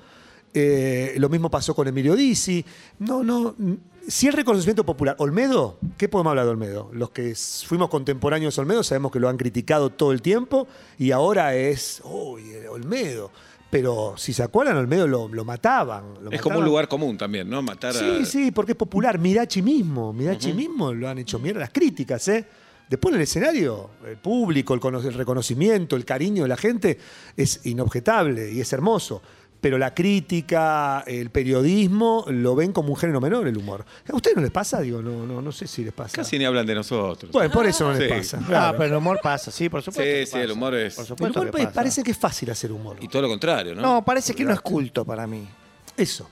S3: Eh, lo mismo pasó con Emilio Dizzi. No, no. mm, Si el reconocimiento popular. Olmedo, ¿qué podemos hablar de Olmedo? Los que s- fuimos contemporáneos a Olmedo sabemos que lo han criticado todo el tiempo y ahora es. ¡Uy, el Olmedo! Pero si se acuerdan, Olmedo lo, lo mataban. lo
S2: Es como un
S3: mataban.
S2: lugar común también, ¿no? Matar
S3: Sí,
S2: a...
S3: sí, porque es popular. Mirachi mismo, Mirachi mismo lo han hecho mierda las críticas, ¿eh? Después en el escenario, el público, el, cono- el reconocimiento, el cariño de la gente es inobjetable y es hermoso. Pero la crítica, el periodismo, lo ven como un género menor el humor. ¿A ustedes no les pasa? Digo, no, no, no sé si les pasa.
S2: Casi ni hablan de nosotros.
S3: Bueno, por eso no
S2: Sí.
S3: les pasa.
S5: Ah,
S3: claro.
S5: pero el humor pasa, sí, por supuesto.
S2: Sí,
S5: que
S2: sí,
S5: pasa.
S2: el humor es-
S5: Por
S3: el
S5: supuesto
S3: humor
S5: que
S3: pa-
S5: pasa.
S3: parece que es fácil hacer humor.
S2: Y todo lo contrario, ¿no?
S5: No, parece que no es culto para mí.
S3: Eso.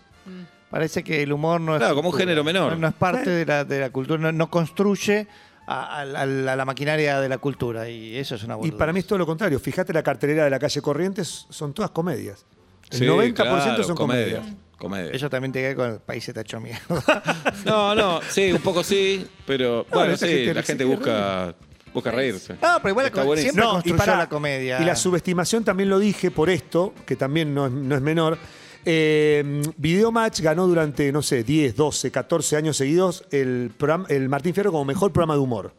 S5: Parece que el humor no es.
S2: Claro, como un
S5: cultura.
S2: género menor.
S5: No, no es parte de la, de la cultura, no, no construye a, a la- a la- a la maquinaria de la cultura. Y eso es una
S3: Y
S5: boludez.
S3: para mí es todo lo contrario. Fíjate la cartelera de la calle Corrientes, son todas comedias. El
S2: Sí,
S3: 90%
S2: claro,
S3: son comedias.
S2: Comedias.
S5: Eso también tiene que ver con el país se te ha hecho mierda.
S2: No, no, sí, un poco sí, pero bueno,
S3: esa
S2: sí,
S3: gente
S2: la
S3: se
S2: gente
S3: quiere
S2: busca, busca reírse.
S3: Ah,
S5: No, pero igual
S2: Está
S5: con-
S2: buenísimo.
S5: siempre construyó la comedia.
S3: Y la subestimación también lo dije por esto, que también no es, no es menor. Eh, Videomatch ganó durante, no sé, 10, 12, 14 años seguidos el, programa- el Martín Fierro como mejor programa de humor.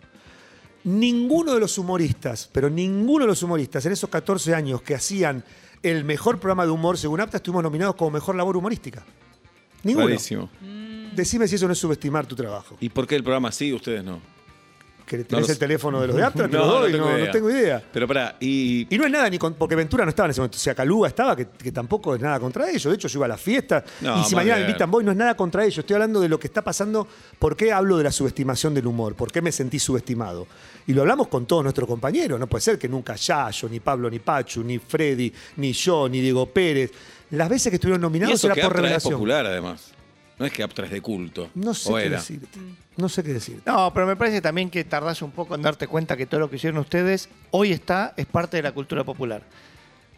S3: Ninguno de los humoristas, pero ninguno de los humoristas en esos 14 años que hacían el mejor programa de humor, según APTA, estuvimos nominados como mejor labor humorística. Ninguno.
S2: Rarísimo.
S3: Decime si eso no es subestimar tu trabajo.
S2: ¿Y por qué el programa sí, ustedes no?
S3: Que tenés
S2: No lo sé.
S3: el teléfono de los de APTA, te lo doy, no- no tengo idea.
S2: Pero pará, y,
S3: Y no es nada, ni con- porque Ventura no estaba en ese momento. O sea, Calúa estaba, que, que tampoco es nada contra ellos. De hecho, yo iba a las fiestas.
S2: No,
S3: y
S2: más
S3: si mañana me
S2: bien.
S3: invitan voy, no es nada contra ellos. Estoy hablando de lo que está pasando. ¿Por qué hablo de la subestimación del humor? ¿Por qué me sentí subestimado? Y lo hablamos con todos nuestros compañeros. No puede ser que nunca Yayo, ni Pablo, ni Pachu, ni Freddy, ni yo, ni Diego Pérez. Las veces que estuvieron
S2: y
S3: nominados
S2: eso
S3: era
S2: que
S3: por
S2: Aptra es
S3: revelación.
S2: popular además. No es que Aptra es de culto.
S3: No sé
S2: o
S3: qué
S2: era.
S3: decirte.
S5: Mm.
S3: No sé qué decirte.
S5: No, pero me parece también que tardás un poco en darte cuenta que todo lo que hicieron ustedes hoy está, es parte de la cultura popular.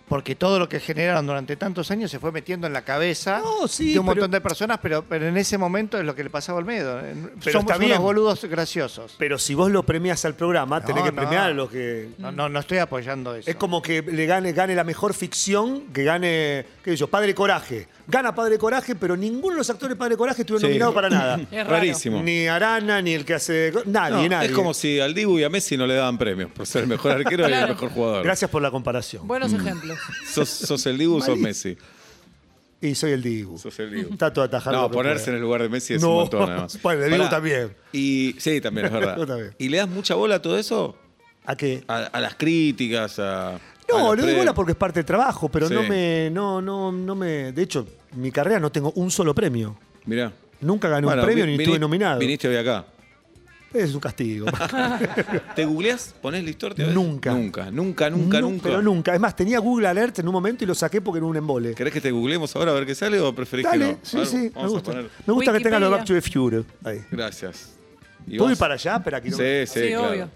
S5: Porque todo lo que generaron durante tantos años se fue metiendo en la cabeza
S3: No, sí,
S5: de un
S3: pero-
S5: montón de personas, pero, pero en ese momento es lo que le pasaba al Olmedo. Eh,
S3: Pero
S5: Somos
S3: está bien.
S5: unos boludos graciosos.
S3: Pero si vos lo premias al programa, tenés
S5: No,
S3: que
S5: no.
S3: premiar a los que
S5: No, no, no estoy apoyando eso.
S3: Es como que le gane, gane la mejor ficción, que gane, qué sé yo, Padre Coraje. Gana Padre Coraje, pero ninguno de los actores de Padre Coraje estuvo
S2: Sí.
S3: nominado para nada.
S4: Es raro.
S2: Rarísimo.
S3: ni Arana, ni el que hace.
S2: No,
S3: Nadie, nadie.
S2: es como si al Dibu y a Messi no le daban premios por ser el mejor arquero y el
S4: Claro.
S2: mejor jugador.
S3: Gracias por la comparación.
S4: Buenos ejemplos.
S2: Sos, sos el Dibu, sos
S3: Malísimo.
S2: Messi.
S3: Y soy el Dibu.
S2: Sos el Dibu.
S3: Está todo atajado.
S2: No,
S3: pero
S2: ponerse en
S3: puede.
S2: el lugar de Messi es
S3: No.
S2: un montón, además.
S3: Bueno, el Dibu
S2: Pará.
S3: también.
S2: Y, sí, también es verdad.
S3: Yo también.
S2: ¿Y le das mucha bola a todo eso?
S3: ¿A qué?
S2: A, a las críticas, a. a
S3: No,
S2: los
S3: le doy bola
S2: premios.
S3: porque es parte del trabajo, pero no
S2: Sí.
S3: me. No, no, no me. De hecho, mi carrera no tengo un solo premio.
S2: Mirá.
S3: Nunca gané
S2: Bueno,
S3: un premio
S2: vi-
S3: ni
S2: vini-
S3: estuve nominado.
S2: Viniste hoy acá.
S3: Es un castigo.
S2: ¿Te googleás? ¿Ponés listorte? a veces?
S3: Nunca.
S2: Nunca, nunca, nunca,
S3: Nu-
S2: nunca.
S3: Pero nunca. Es más, tenía Google Alert en un momento y lo saqué porque era un embole.
S2: ¿Querés que te googleemos ahora a ver qué sale o preferís que
S3: Dale,
S2: no? A
S3: sí,
S2: ver,
S3: sí, me
S2: vamos a
S3: gusta.
S2: poner-
S3: Me gusta que tenga los
S4: Wikipedia.
S3: Back to the Future. Ahí.
S2: Gracias. Y
S3: ¿Puedo
S2: vamos-
S3: ir para allá? Pero aquí no-
S2: Sí, sí,
S4: Sí,
S2: claro.
S4: obvio.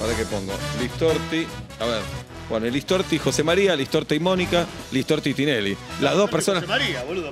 S2: Ahora que pongo Listorti. A ver. Bueno, el Listorti José María, Listorti y Mónica, Listorti y Tinelli. Las dos personas.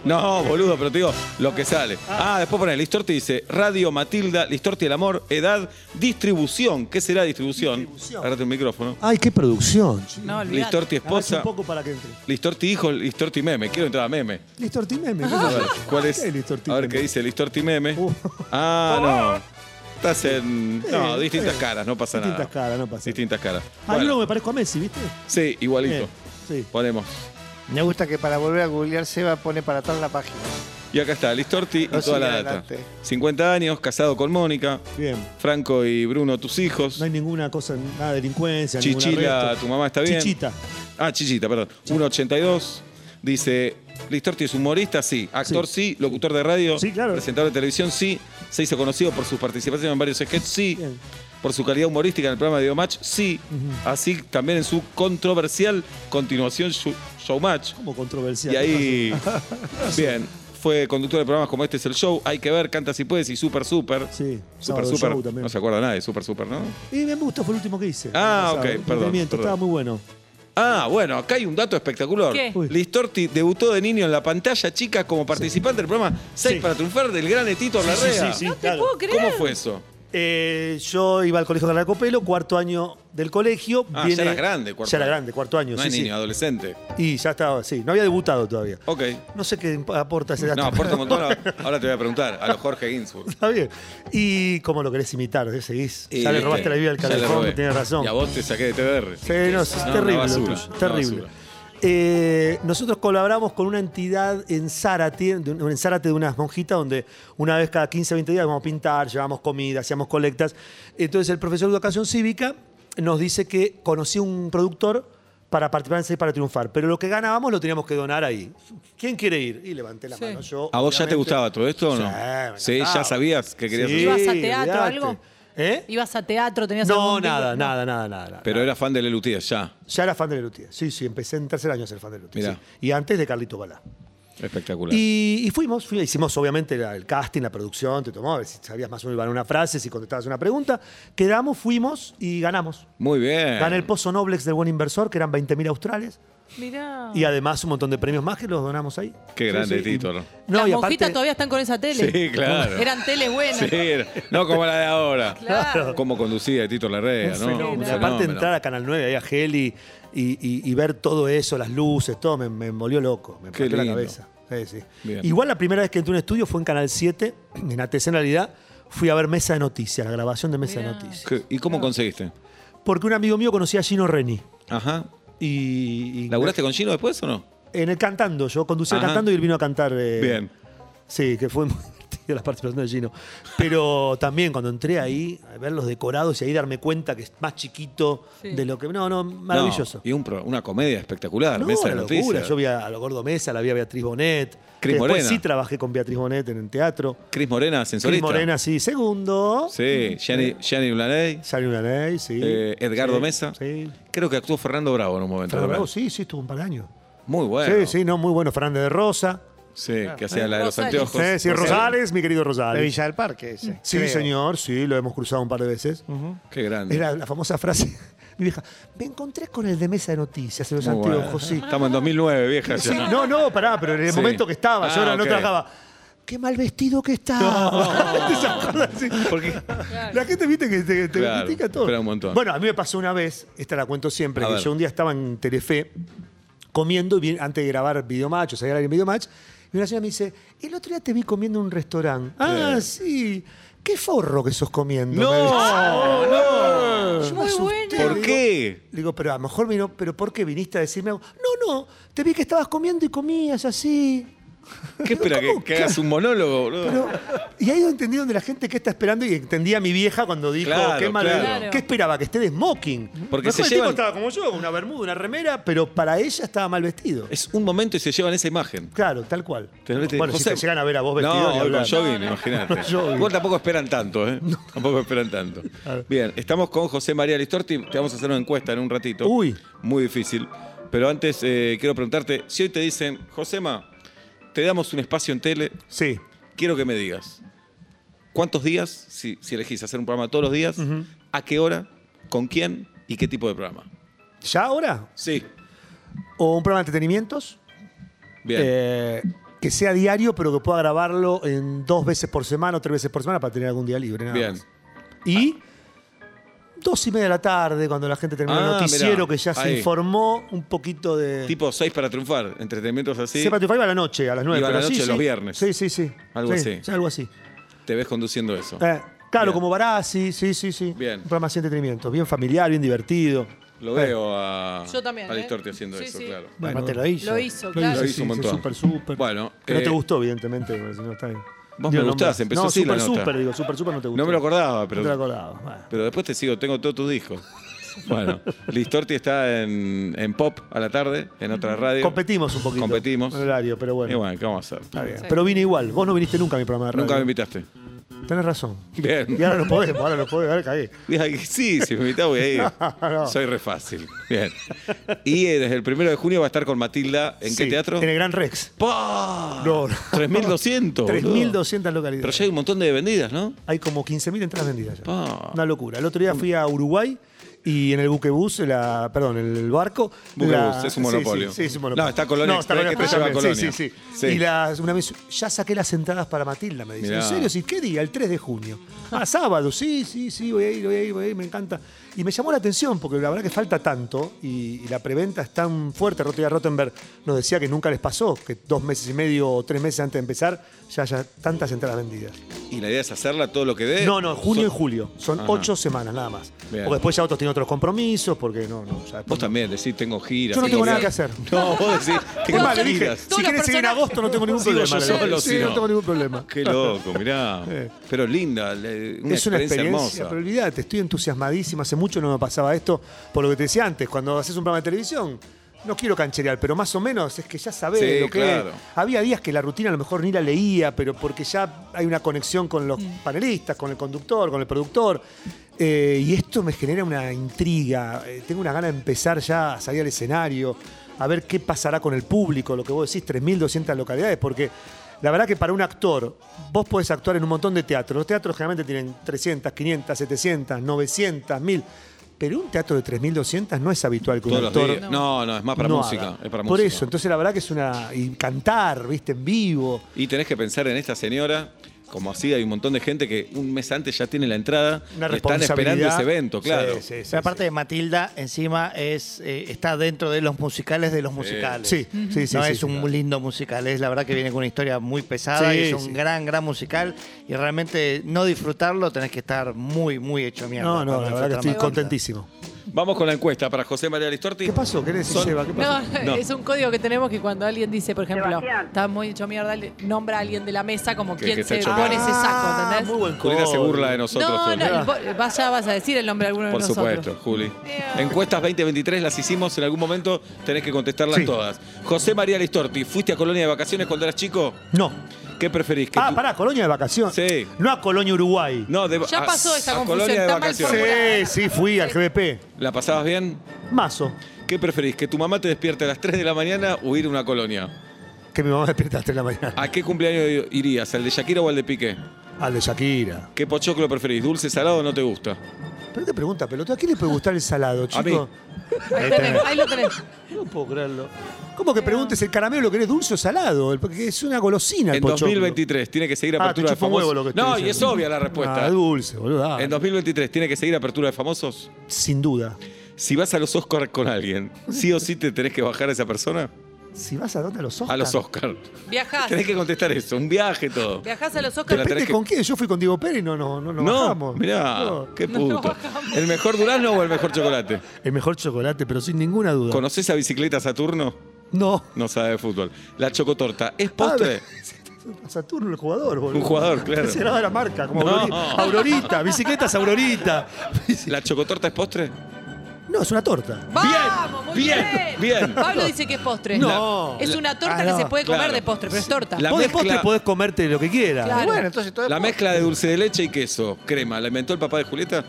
S2: No, boludo, pero te digo lo que sale. Ah, después pones Listorti dice Radio Matilda, Listorti el amor, edad, distribución. ¿Qué será distribución?
S3: Distribución.
S2: Agárrate un micrófono.
S3: Ay, qué producción. chico.
S4: No, olvidate.
S2: Listorti
S3: Agacha
S2: esposa,
S3: un poco para que entre.
S2: Listorti hijo, Listorti meme. Quiero entrar a meme.
S3: Listorti Meme.
S2: A ver, ¿cuál es?
S3: ¿Qué Listorti
S2: A ver
S3: Meme?
S2: qué dice Listorti meme.
S3: Uh.
S2: Ah, no. Estás en. No,
S3: Eh,
S2: distintas
S3: eh,
S2: caras, no pasa nada.
S3: distintas caras, no pasa nada.
S2: Distintas caras.
S3: Ah, yo
S2: Bueno,
S3: no me parezco a Messi, ¿viste?
S2: Sí, igualito.
S3: Eh, sí.
S2: Ponemos.
S5: Me gusta que para volver a googlear Seba pone para atrás la página.
S2: Y acá está, Listorti y
S5: No
S2: toda la
S5: sigue
S2: data.
S5: adelante.
S2: 50 años, casado con Mónica.
S3: Bien.
S2: Franco y Bruno, tus hijos.
S3: No hay ninguna cosa, nada de delincuencia, ningún
S2: Chichila,
S3: arresto.
S2: tu mamá está bien.
S3: Chichita.
S2: Ah, Chichita, perdón. 1.82. Dice, Listorti es humorista, sí. Actor, sí. Locutor de radio.
S3: Sí, claro.
S2: Presentador de televisión, sí. Se hizo conocido por su participación en varios sketches, sí.
S3: Bien.
S2: Por su calidad humorística en el programa de Match, sí. Así también en su controversial continuación show- Showmatch.
S3: Como controversial.
S2: Y ahí, bien, fue conductor de programas como este es el show. Hay que ver, canta si puedes y super super.
S3: Sí,
S2: super
S3: Sábado Show
S2: super.
S3: también.
S2: No se acuerda nadie, super super, ¿no?
S3: Y me gustó, fue el último que hice.
S2: Ah,
S3: El año
S2: ok,
S3: pasado.
S2: perdón,
S3: Entretenimiento,
S2: perdón.
S3: Estaba muy bueno.
S2: Ah, bueno, acá hay un dato espectacular.
S4: ¿Qué?
S3: Uy.
S2: Listorti debutó de niño en la pantalla, chicas, como participante del programa 6
S3: Sí.
S2: para triunfar del gran Etito
S3: Sí, sí,
S2: Larrea.
S3: sí, sí.
S4: No te
S3: claro.
S4: puedo creer.
S2: ¿Cómo fue eso?
S3: Eh, yo iba al colegio Carracopelo, cuarto año del colegio.
S2: Ah, ya
S3: viene-
S2: era grande, cuarto
S3: Ya era
S2: año.
S3: grande, cuarto año,
S2: No
S3: sí,
S2: hay
S3: sí.
S2: niño, adolescente.
S3: Y ya estaba, sí, no había debutado todavía.
S2: Ok.
S3: No sé qué imp- aporta ese dato.
S2: No, aporta un montón. Ahora ahora te voy a preguntar a los Jorge Ginsburg.
S3: Está bien. ¿Y cómo lo querés imitar? ¿eh? Seguís.
S2: Y,
S3: ya le
S2: viste,
S3: robaste la vida al
S2: ya le robé.
S3: calefón, tienes razón.
S2: Y a vos te saqué de TDR.
S3: Sí, no, es
S2: No,
S3: terrible.
S2: una
S3: lo
S2: basura,
S3: tuyo,
S2: una
S3: terrible.
S2: basura.
S3: Eh, nosotros colaboramos con una entidad en Zárate, de un- en Zárate de unas monjitas, donde una vez cada 15, 20 días vamos a pintar, llevamos comida, hacíamos colectas. Entonces el profesor de educación cívica nos dice que conocía un productor para participar en Seis para triunfar, pero lo que ganábamos lo teníamos que donar ahí. ¿Quién quiere ir? Y levanté la
S4: Sí.
S3: mano yo.
S2: ¿A vos ya te
S3: obviamente.
S2: gustaba todo esto o no?
S3: Sí, me
S2: Sí,
S3: encantaba.
S2: ya sabías que querías
S3: Sí,
S2: hacer-
S4: ¿Ibas a teatro,
S3: olvidate.
S4: algo?
S3: ¿Eh?
S4: ¿Ibas a teatro? ¿Tenías
S3: No,
S4: algún tipo-
S3: nada,
S4: no.
S3: nada, nada, nada, nada.
S2: Pero era fan de Lelutías, ya.
S3: Ya era fan de Lelutier. Sí, sí, empecé en tercer año a ser fan de Lelutier.
S2: Mirá.
S3: sí. Y antes de Carlito Balá.
S2: Espectacular.
S3: Y, y fuimos, fui- hicimos obviamente la- el casting, la producción, te tomó, a ver si sabías más o menos una frase, si contestabas una pregunta. Quedamos, fuimos y ganamos.
S2: Muy bien.
S3: Gané el Pozo Noblex del Buen Inversor, que eran 20.000 australes.
S4: Mirá.
S3: Y además un montón de premios más que los donamos ahí.
S2: Qué
S3: Sí,
S2: grande
S3: sí.
S2: título.
S3: No,
S4: Las
S3: y
S4: monjitas
S3: aparte,
S4: todavía están con esa tele.
S2: Sí, claro.
S4: Eran teles buenas.
S2: Sí, era- no como la de ahora.
S4: Claro.
S2: Cómo conducía Tito Larrea, ¿no?
S4: fenómeno.
S2: Un
S3: y
S4: fenómeno.
S3: aparte entrar a Canal 9, ahí a Geli, y, y- y ver todo eso, las luces, todo, me, me volvió loco, me
S2: Qué
S3: partió la
S2: lindo.
S3: cabeza. Sí, sí.
S2: Bien.
S3: Igual la primera vez que entré a un estudio fue en Canal 7, en ATC en realidad, fui a ver Mesa de Noticias, la grabación de Mesa de
S4: Mirá.
S3: Noticias.
S2: ¿Qué- ¿Y cómo conseguiste?
S3: Porque un amigo mío conocía a Gino Reni.
S2: Ajá.
S3: Y, y-
S2: ¿Laburaste con Gino después o no?
S3: En el cantando, yo conducía
S2: Ajá.
S3: cantando y él vino a cantar. eh,
S2: Bien.
S3: Sí, que fue muy divertida la participación de Gino. Pero también cuando entré ahí, a ver los decorados y ahí darme cuenta que es más chiquito
S4: Sí.
S3: de lo que. No, no, maravilloso.
S2: No, y un pro- una comedia espectacular,
S3: No,
S2: Mesa de
S3: una
S2: Noticias.
S3: locura. Yo vi a, a lo Gordo Mesa, la vi a Beatriz Bonet.
S2: Cris
S3: Después
S2: Morena.
S3: sí trabajé con Beatriz Bonet en el teatro.
S2: Cris Morena,
S3: Cris
S2: ascensorista.
S3: Morena, Eh. sí. Segundo.
S2: Sí, Gianni, Gianni Blaney,
S3: Salió una ley, sí.
S2: eh, Edgardo
S3: Sí,
S2: Mesa.
S3: Sí.
S2: Creo que actuó Fernando Bravo en un momento.
S3: Fernando
S2: también.
S3: Bravo, sí, sí, estuvo un par de años.
S2: Muy bueno.
S3: Sí, sí, no, muy bueno. Fernández de Rosa.
S2: Sí, que hacía la de los
S4: Rosales.
S2: anteojos.
S3: Sí, sí, Rosales, mi querido
S5: De
S3: Rosales.
S5: Villa del Parque, ese.
S3: Sí,
S5: creo.
S3: señor, sí, lo hemos cruzado un par de veces.
S2: Qué grande.
S3: Era la famosa frase, mi vieja, me encontré con el de mesa de noticias, en los
S2: Muy bueno.
S3: anteojos, sí.
S2: Estamos en 2009, vieja.
S3: Sí,
S2: ya.
S3: no, no, pará, pero en el
S2: Sí.
S3: momento que estaba, yo
S2: Ah,
S3: ahora no
S2: ok.
S3: trabajaba. Qué mal vestido que estaba. ¿Te acuerdas? Sí.
S2: Porque
S3: La gente viste que te, te
S2: Claro,
S3: critica todo.
S2: espera un montón.
S3: Bueno, a mí me pasó una vez, esta la cuento siempre,
S2: A
S3: que
S2: ver.
S3: yo un día estaba en Telefe comiendo, y vi- antes de grabar Videomatch, o salir al aire en Videomatch, y una señora me dice, el otro día te vi comiendo en un restaurante. Ah,
S2: Eh.
S3: sí. Qué forro que sos comiendo. me dice.
S2: No, no.
S3: Yo me
S4: Muy
S3: asusté,
S4: bueno.
S2: ¿Por
S3: digo,
S2: qué?
S3: le digo, pero a lo mejor vino, pero ¿por qué viniste a decirme algo? No, no, te vi que estabas comiendo y comías así.
S2: ¿Qué espera? ¿Que,
S3: ¿cómo?
S2: que hagas un monólogo, boludo?
S3: Pero- y ahí lo entendí donde la gente que está esperando y entendía a mi vieja cuando dijo,
S2: Claro,
S3: qué mal,
S2: claro.
S3: ¿qué esperaba? Que esté de smoking.
S2: Porque
S3: Mejor
S2: se
S3: el
S2: llevan-
S3: tipo estaba como yo, con una bermuda, una remera, pero para ella estaba mal vestido.
S2: Es un momento y se llevan esa imagen.
S3: Claro, tal cual.
S2: Te- te-
S3: bueno, si
S2: José-
S3: te llegan a ver a vos vestido
S2: No,
S3: ni
S2: hoy con
S3: hablar.
S2: jogging, imagínate.
S3: jogging.
S2: Vos tampoco esperan tanto, ¿eh? Tampoco esperan tanto. Bien, estamos con José María Listorti. Te vamos a hacer una encuesta en un ratito.
S3: Uy.
S2: Muy difícil. Pero antes eh, quiero preguntarte, si hoy te dicen, Josema, te damos un espacio en tele,
S3: Sí.
S2: quiero que me digas, ¿cuántos días, si, si elegís hacer un programa todos los días, a qué hora, con quién y qué tipo de programa?
S3: ¿Ya ahora?
S2: Sí.
S3: ¿O un programa de entretenimientos?
S2: Bien.
S3: Eh, que sea diario, pero que pueda grabarlo en dos veces por semana o tres veces por semana para tener algún día libre. nada
S2: Bien.
S3: más. Y dos y media de la tarde, cuando la gente termina
S2: Ah,
S3: el
S2: mirá,
S3: noticiero, que ya
S2: ahí.
S3: se informó un poquito de.
S2: Tipo 6 para triunfar, entretenimientos así.
S3: Sepa tu iba a la noche, a las nueve.
S2: Iba a la
S3: pero
S2: noche
S3: sí,
S2: los
S3: sí.
S2: viernes.
S3: Sí, sí, sí.
S2: Algo
S3: Sí,
S2: así.
S3: sí, algo así.
S2: Te ves conduciendo eso.
S3: Eh, claro,
S2: Bien.
S3: como Barazzi, sí, sí, sí.
S2: Bien.
S3: Un programa así de entretenimiento, bien familiar, bien divertido.
S2: Lo veo a,
S4: Yo también,
S2: a
S4: ¿eh?
S2: Listorti haciendo
S4: Sí,
S2: eso,
S4: sí.
S2: claro.
S3: Bueno,
S5: Aparte lo hizo.
S4: Lo hizo,
S3: Lo
S4: claro.
S2: hizo un montón.
S3: Súper, súper.
S2: Bueno,
S3: Que no
S2: eh,
S3: te gustó, evidentemente, porque si no está bien.
S2: Vos me gustás, empezó
S3: no,
S2: así la
S3: super,
S2: nota.
S3: super, digo, super, super no te gustó.
S2: No me lo acordaba, pero
S3: No te lo acordaba. bueno.
S2: Pero después te sigo, tengo todos tus discos. Bueno, Listorti está en, en Pop a la tarde, en otra radio.
S3: Competimos un poquito.
S2: Eh, Competimos.
S3: en horario, pero
S2: Y
S3: bueno.
S2: bueno, ¿qué vamos a hacer?
S3: Está bien.
S4: Sí.
S3: Pero vine igual. Vos no viniste nunca a mi programa de radio.
S2: Nunca me invitaste.
S3: Tenés razón. Y
S2: Bien.
S3: ahora no podemos, ahora no podemos, ahora cagué.
S2: Bien, Sí, si me invitás voy a ir.
S3: No.
S2: Soy re fácil. Bien. Y eh, desde el primero de junio va a estar con Matilda. ¿En qué
S3: Sí,
S2: teatro?
S3: En el Gran Rex.
S2: ¡Pah!
S3: No, no.
S2: 3.200. boludo.
S3: 3.200
S2: Pero
S3: localidades.
S2: ya hay un montón de vendidas, ¿no?
S3: Hay como 15.000 entradas vendidas ya.
S2: Pa.
S3: Una locura. El otro día fui a Uruguay y en el buquebús, la, perdón, en el barco.
S2: Buquebús,
S3: la-
S2: es un monopolio.
S3: Sí, sí, sí, es un monopolio.
S2: No, está Colonia Express, que te lleva a
S3: también,
S2: Colonia.
S3: Sí, sí, sí.
S2: Sí.
S3: Y la- una vez, ya saqué las entradas para Matilda, me dice.
S2: Mirá.
S3: ¿En serio? ¿Sí? ¿Qué día? El 3 de junio. Ah, sábado. Sí, sí, sí, voy a ir, voy a ir, voy a ir, me encanta. Y me llamó la atención porque la verdad que falta tanto y, y la preventa es tan fuerte. Rotoya Rottenberg nos decía que nunca les pasó, que dos meses y medio o tres meses antes de empezar ya haya tantas entradas vendidas.
S2: Y la idea es hacerla todo lo que dé.
S3: No, no, junio
S2: So-
S3: y julio. Son
S2: Eh, Ajá.
S3: ocho semanas nada más.
S2: Bien.
S3: Porque después ya otros tienen otros compromisos, porque no, no. ya después-
S2: Vos también decís, tengo giras.
S3: Yo no
S2: tengo giras.
S3: tengo nada que hacer.
S2: No, vos decís,
S3: Es
S2: tengo
S3: más, le dije,
S2: giras.
S3: si
S4: Todos los
S3: quieren seguir en
S4: personajes.
S3: agosto no tengo ningún
S2: Sigo
S3: problema.
S2: yo
S3: le dije.
S2: solo,
S3: sí,
S2: si
S3: no.
S2: no.
S3: tengo ningún problema.
S2: Qué loco, mirá.
S3: Eh.
S2: Pero linda, le- una,
S3: es
S2: experiencia
S3: una experiencia,
S2: hermosa.
S3: pero olvídate, estoy entusiasmadísimo. Hace mucho no me pasaba esto, por lo que te decía antes, cuando haces un programa de televisión, no quiero cancherear, pero más o menos es que ya sabés
S2: Sí,
S3: lo que
S2: claro.
S3: Había días que la rutina a lo mejor ni la leía, pero porque ya hay una conexión con los panelistas, con el conductor, con el productor. Eh, y esto me genera una intriga. Eh, tengo una gana de empezar ya a salir al escenario, a ver qué pasará con el público, lo que vos decís, 3.200 localidades, porque la verdad que para un actor, vos podés actuar en un montón de teatros. Los teatros generalmente tienen 300, 500, 700, 900, 1000. Pero un teatro de 3.200 no es habitual que un
S2: Todos los
S3: actor
S2: días. No, no, es más para
S3: no
S2: música.
S3: haga.
S2: Es para
S3: Por
S2: música.
S3: eso, entonces la verdad que es una. Y cantar, viste, en vivo.
S2: Y tenés que pensar en esta señora, como así hay un montón de gente que un mes antes ya tiene la entrada
S3: Una
S2: y están
S3: responsabilidad.
S2: esperando ese evento, claro.
S3: Sí, sí, sí,
S5: Pero aparte de Matilda, encima es eh, está dentro de los musicales de los musicales.
S3: Sí, sí, sí.
S5: no
S3: sí,
S5: es
S3: sí,
S5: un
S3: claro.
S5: lindo musical, es la verdad que viene con una historia muy pesada
S3: Sí,
S5: y es un
S3: sí.
S5: gran, gran musical. Y realmente no disfrutarlo tenés que estar muy, muy hecho mierda.
S3: No, no, la
S5: para
S3: verdad que
S5: disfrutar
S3: estoy
S5: Matilda.
S3: contentísimo.
S2: Vamos con la encuesta para José María Listorti.
S3: ¿Qué pasó? ¿Qué decís,
S2: Son-
S3: Eva? ¿Qué
S4: No,
S3: pasó?
S2: No.
S4: es un código que tenemos que cuando alguien dice, por ejemplo,
S1: Sebastián.
S4: está muy hecho mierda, le- nombra a alguien de la mesa como
S2: Que-
S4: quien
S2: que
S4: se
S2: está hecho
S4: pone
S2: mierda.
S4: ese saco,
S3: Ah,
S4: ¿entendés?
S3: muy buen
S2: Julieta se
S3: call.
S2: burla de nosotros.
S4: no,
S2: hoy.
S4: no, y vos- vas- ya vas a decir el nombre de alguno de
S2: Por
S4: nosotros.
S2: supuesto, Juli. Encuestas 2023 las hicimos en algún momento, tenés que contestarlas
S3: Sí.
S2: todas. José María Listorti, ¿fuiste a Colonia de vacaciones cuando eras chico?
S3: No.
S2: ¿Qué preferís? que
S3: Ah,
S2: tu-
S3: pará, Colonia de vacaciones.
S2: Sí.
S3: No a Colonia Uruguay.
S2: No, de-
S4: Ya
S2: a-
S4: pasó esa
S2: a
S4: confusión,
S2: Colonia de
S4: está mal
S2: vacaciones.
S3: Sí, sí, fui al GBP.
S2: ¿La pasabas bien?
S3: Mazo.
S2: ¿Qué preferís? ¿Que tu mamá te despierte a las 3 de la mañana o ir a una colonia?
S3: Que mi mamá despierta a las 3 de la mañana.
S2: ¿A qué cumpleaños irías? ¿Al de Shakira o al de Piqué?
S3: Al de Shakira.
S2: ¿Qué pochoclo preferís? ¿Dulce, salado o no te gusta?
S3: Pero qué pregunta, pelotudo. ¿A quién le puede gustar el salado,
S2: A mí.
S3: chico?
S4: Ahí, tenés, ahí lo tenés.
S3: No puedo creerlo. ¿Cómo que preguntes el caramelo lo querés dulce o salado? El- Porque es una golosina el
S2: en
S3: pochoclo.
S2: 2023 tiene que seguir
S3: Ah, te
S2: apertura de
S3: chupa un
S2: famosos.
S3: huevo lo que estoy
S2: no, y
S3: diciendo.
S2: es obvia la respuesta.
S3: Ah, dulce, boludo. dale.
S2: en 2023 tiene que seguir apertura de famosos.
S3: Sin duda.
S2: Si vas a los Oscars con alguien, ¿sí o sí te tenés que bajar a esa persona?
S3: Si vas a dónde a los Oscars.
S2: A los Oscars.
S4: Viajás.
S2: Tenés que contestar eso, un viaje, todo.
S4: Viajás a los
S2: Te
S4: Oscars.
S2: la tenés
S3: Depende
S2: que-
S3: con quién. Yo fui con Diego Pérez y no, no, no, nos
S2: no,
S3: bajamos.
S2: mirá,
S3: No.
S2: qué
S4: No
S2: puto.
S4: bajamos.
S2: ¿El mejor durazno o el mejor chocolate?
S3: El mejor chocolate, pero sin ninguna duda.
S2: ¿Conocés a bicicleta Saturno?
S3: No.
S2: No sabe de fútbol. La chocotorta, ¿es postre?
S3: Ah, A Saturno, el jugador, boludo.
S2: Un jugador, claro.
S3: Se graba la marca, como
S2: No.
S3: Aurori- Aurorita. bicicletas Aurorita.
S2: ¿La chocotorta es postre?
S3: No, es una torta.
S4: ¡Vamos! Muy
S2: bien,
S4: bien,
S2: bien.
S4: Pablo dice que es postre.
S3: No.
S4: Es una torta
S3: Ah,
S4: que
S3: no,
S4: se puede comer
S2: claro.
S4: de postre, pero es torta.
S2: La
S3: Vos
S2: mezcla-
S3: de postre podés comerte lo que quieras.
S4: Claro.
S5: Bueno, entonces todo es
S2: La
S5: postre.
S2: mezcla de dulce de leche y queso, crema, ¿la inventó el papá de Julieta?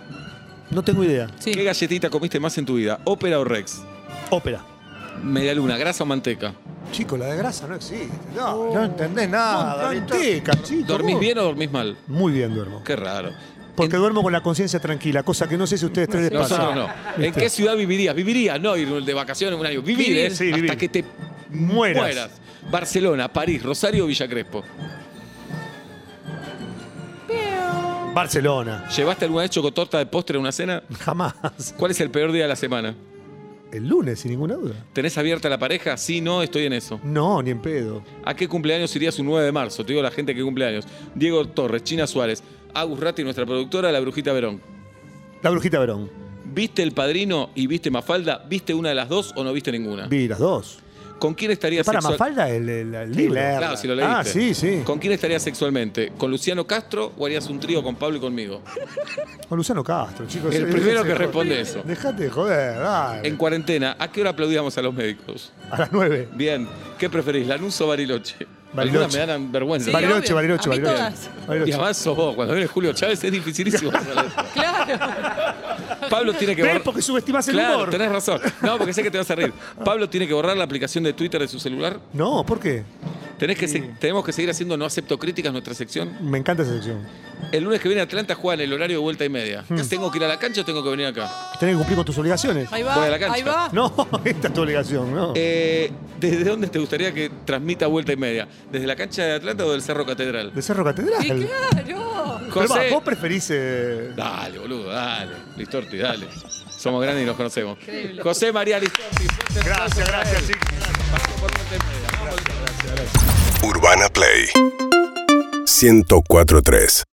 S3: No tengo idea.
S4: Sí.
S2: ¿Qué galletita comiste más en tu vida? ¿Ópera o Rex?
S3: Ópera.
S2: Media luna, grasa o manteca.
S3: Chico, la de grasa no existe. No,
S5: No entendés nada. ¿viste?
S3: manteca, chico.
S2: ¿Dormís
S3: Oh. vos.
S2: bien o dormís mal?
S3: Muy bien duermo.
S2: Qué raro.
S3: Porque duermo con la conciencia tranquila, cosa que no sé si a ustedes tres les pasa.
S2: Nosotros no. ¿En qué ciudad vivirías? Vivirías, no ir de vacaciones un año. Vivir,
S3: Vivir,
S2: ¿eh?
S3: sí,
S2: Hasta
S3: vivir.
S2: que te
S3: Mueras.
S2: mueras. Barcelona, París, Rosario o Villa Crespo.
S3: Barcelona.
S2: ¿Llevaste alguna vez chocotorta de postre a una cena?
S3: Jamás.
S2: ¿Cuál es el peor día de la semana?
S3: El lunes, sin ninguna duda.
S2: ¿Tenés abierta la pareja? Sí, no, estoy en eso.
S3: No, ni en pedo.
S2: ¿A qué cumpleaños irías un 9 de marzo? Te digo la gente que cumple años. Diego Torres, China Suárez, Agus Ratti, nuestra productora, La Brujita Verón.
S3: La brujita Verón.
S2: ¿Viste El Padrino y viste Mafalda? ¿Viste una de las dos o no viste ninguna?
S3: Vi las dos.
S2: ¿Con quién estaría
S3: Para
S2: Ah. sexual-
S3: Mafalda, el, el- el libro.
S5: leerla.
S2: Claro, si lo leíste.
S3: Ah, sí, sí.
S2: ¿Con quién estarías sexualmente? ¿Con Luciano Castro o harías un trío con Pablo y conmigo?
S3: Con Luciano Castro, chicos.
S2: El
S3: Eh,
S2: primero
S3: déjense
S2: que
S3: de
S2: responde
S3: joder.
S2: eso.
S3: Dejate de joder, dale.
S2: En cuarentena, ¿a qué hora aplaudíamos a los médicos?
S3: A las nueve.
S2: Bien, ¿qué preferís, Lanús o Bariloche?
S3: Bariloche.
S2: Algunas me dan vergüenza.
S4: Sí,
S3: Bariloche,
S4: obvio.
S3: Bariloche,
S4: A mí
S3: Bariloche.
S4: todas.
S2: Y
S3: Bariloche.
S2: además sos vos, cuando viene Julio Chávez es dificilísimo.
S4: Claro.
S2: Pablo tiene que
S3: ¿Ves?
S2: borrar-
S3: Porque subestimas el
S2: Claro,
S3: humor. Ah.
S2: tenés razón. No, porque sé que te vas a reír. Pablo tiene que borrar la aplicación de Twitter de su celular.
S3: No, ¿por qué?
S2: Tenés que se- Tenemos que seguir haciendo No acepto críticas nuestra sección.
S3: Me encanta esa sección.
S2: El lunes que viene Atlanta juega en el horario de vuelta y media.
S3: Hmm.
S2: ¿Tengo que ir a la cancha o tengo que venir acá?
S3: Tenés que cumplir con tus obligaciones.
S4: Ahí
S2: Voy a la
S4: va,
S2: cancha.
S4: ahí va.
S3: No, esta es tu obligación, ¿no?
S2: Eh, ¿Desde dónde te gustaría que transmita vuelta y media? ¿Desde la cancha de Atlanta o del Cerro Catedral?
S3: de Cerro Catedral.
S4: Sí, claro.
S3: Pero
S2: José-
S3: va, vos preferís. eh,
S2: Dale, boludo, dale. Listorti, dale. Somos grandes y nos conocemos. José María Listorti. fuerte aplauso
S3: Gracias,
S2: para
S3: gracias,
S2: él.
S3: chicos.
S2: Pasó por Vuelta y Media. Vamos, Listorti.
S1: Urbana Play 1043